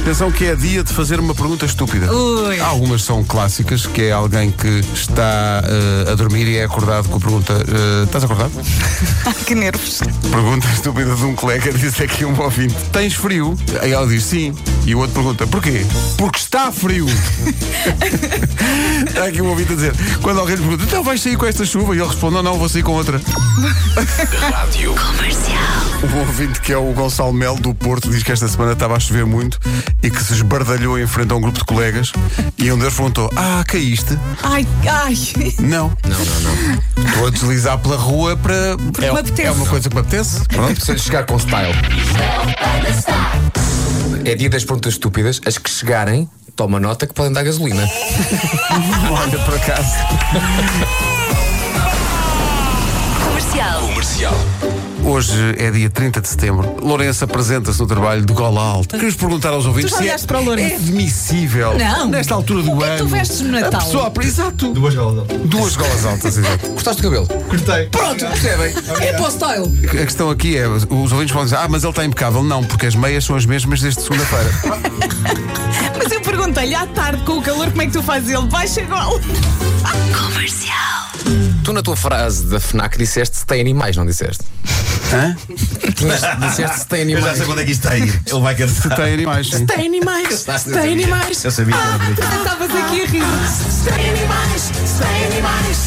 Atenção que é dia de fazer uma pergunta estúpida. Ui. Algumas são clássicas, que é alguém que está eh, a dormir e é acordado com a pergunta eh, Estás acordado? que nervos. Pergunta estúpida de um colega, disse aqui um ouvinte. Tens frio? Aí ela diz sim. E o outro pergunta, porquê? Porque está frio. Está aqui um ouvinte a dizer. Quando alguém lhe pergunta, então vais sair com esta chuva? E ele responde, não, não, vou sair com outra. Um ouvinte que é o Gonçalo Melo do Porto diz que esta semana estava a chover muito e que se esbardalhou em frente a um grupo de colegas e um deles perguntou: Ah, caíste? Ai, ai. Não. Não, não, não. Estou a deslizar pela rua para. Porque me apetece. é uma coisa que me apetece. Pronto, precisa é? chegar com style. É dia das perguntas estúpidas. As que chegarem, toma nota que podem dar gasolina. Olha para casa. Hoje é dia 30 de setembro. Lourenço apresenta-se no trabalho de gola alta. Queremos perguntar aos ouvintes Então, Tu já se é, olhaste para o Lourenço? é admissível, Não. nesta altura do O que ano, é que tu vestes no a Natal? pessoa... Exato. Duas golas. Duas golas altas, exato. Cortaste o cabelo? Cortei. Pronto, percebem? É para o style. A questão aqui é, os ouvintes podem dizer, ah, mas ele está impecável. Não, porque as meias são as mesmas desde segunda-feira. Mas eu perguntei-lhe à tarde, com o calor, como é que tu fazes ele? Baixa igual. Tu, na tua frase da Fnac, disseste se tem animais, não disseste? Hã? Tinhas- disseste se tem Eu já animais. sei quando é que isto está a ir. Ele vai cantar. Tem animais. sim. Tem animais. Tem animais. Eu sabia que era bonito. Estavas aqui a rir. Tem animais. Tem animais.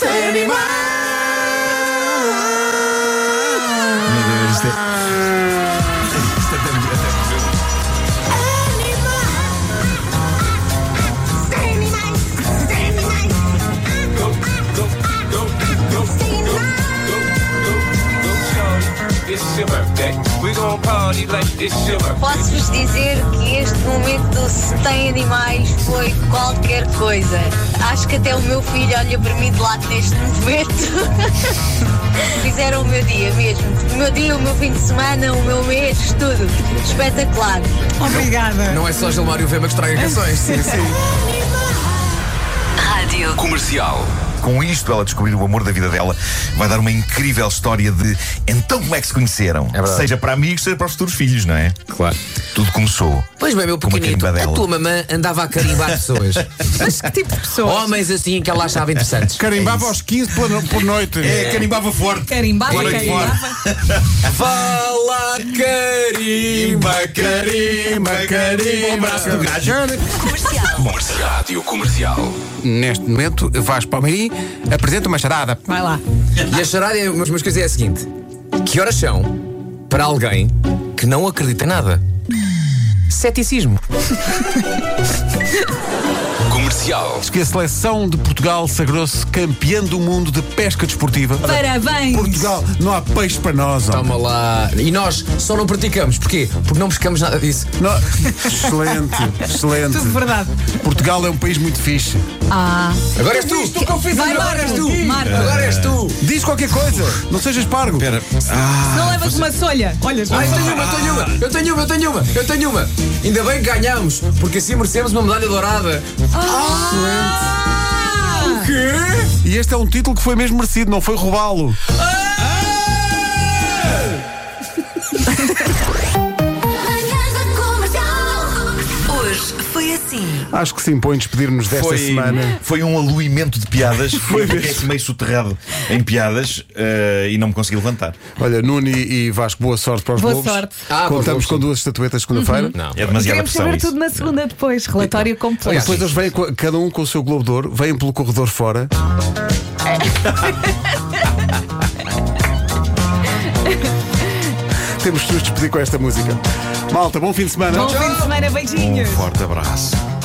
Tem animais. Meu Deus, isto é. Isto é tão- é tão- Posso-vos dizer que este momento do se tem animais foi qualquer coisa. Acho que até o meu filho olha para mim de lado neste momento. Fizeram o meu dia mesmo. O meu dia, o meu fim de semana, o meu mês, tudo. Espetacular. Obrigada. Não é só Gilmário Vema que É. estraga canções. Sim, sim. Com isto, ela descobriu o amor da vida dela. Vai dar uma incrível história de então como é que se conheceram. verdade. seja para amigos, seja para os futuros filhos, não é? Claro. Tudo começou. Pois bem, meu é Com uma pequenito, a carimbadela. tua mamã andava a carimbar pessoas. Mas que tipo de pessoa? Homens assim que ela achava interessantes. Carimbava aos 15 pela no- por noite. É, carimbava forte. Carimbava, Fora que fora. carimbava. Vá lá, carimba, carimba, O braço do gajo. Neste momento, Vasco Palmeirim apresenta uma charada. Vai lá. E a charada, é- mas, mas coisa é a seguinte: que horas são para alguém que não acredita em nada? Ceticismo. Que a seleção de Portugal sagrou-se campeã do mundo de pesca desportiva. Parabéns. Portugal, não há peixe para nós. homem. Toma lá. E nós só não praticamos. Porquê? Porque não buscamos nada disso. Não- Excelente, excelente. Tudo verdade. Portugal é um país muito fixe. Ah. Agora és tu! Vai, Agora és tu! Marco. Marco. Agora és tu! Diz qualquer coisa, não sejas pargo. Espera. Não levas uma solha. Olha, já. Ai, Ah, eu tenho uma, eu tenho uma, eu tenho uma, eu tenho uma, eu tenho uma. Ainda bem que ganhamos, porque assim merecemos uma medalha dourada. Ah! Quê? E este é um título que foi mesmo merecido, não foi roubá-lo. Hoje foi assim. Acho que se impõe despedir-nos desta Foi, semana. foi um aluimento de piadas. Foi fiquei assim meio soterrado em piadas eh, e não me consegui levantar. Olha, Nuno e e Vasco, boa sorte para os Boa Globos. sorte. Uhum. Ah, para os Contamos Globos, com sim. duas estatuetas segunda-feira. Não. É demasiada Queremos pressão. saber Isso. tudo na segunda depois. Relatório E completo. Depois eles vêm, com a- cada um com o seu Globo de Ouro, vêm pelo corredor fora. Temos que nos despedir com esta música. Malta, bom fim de semana. Bom fim de semana. Beijinhos. Um forte abraço.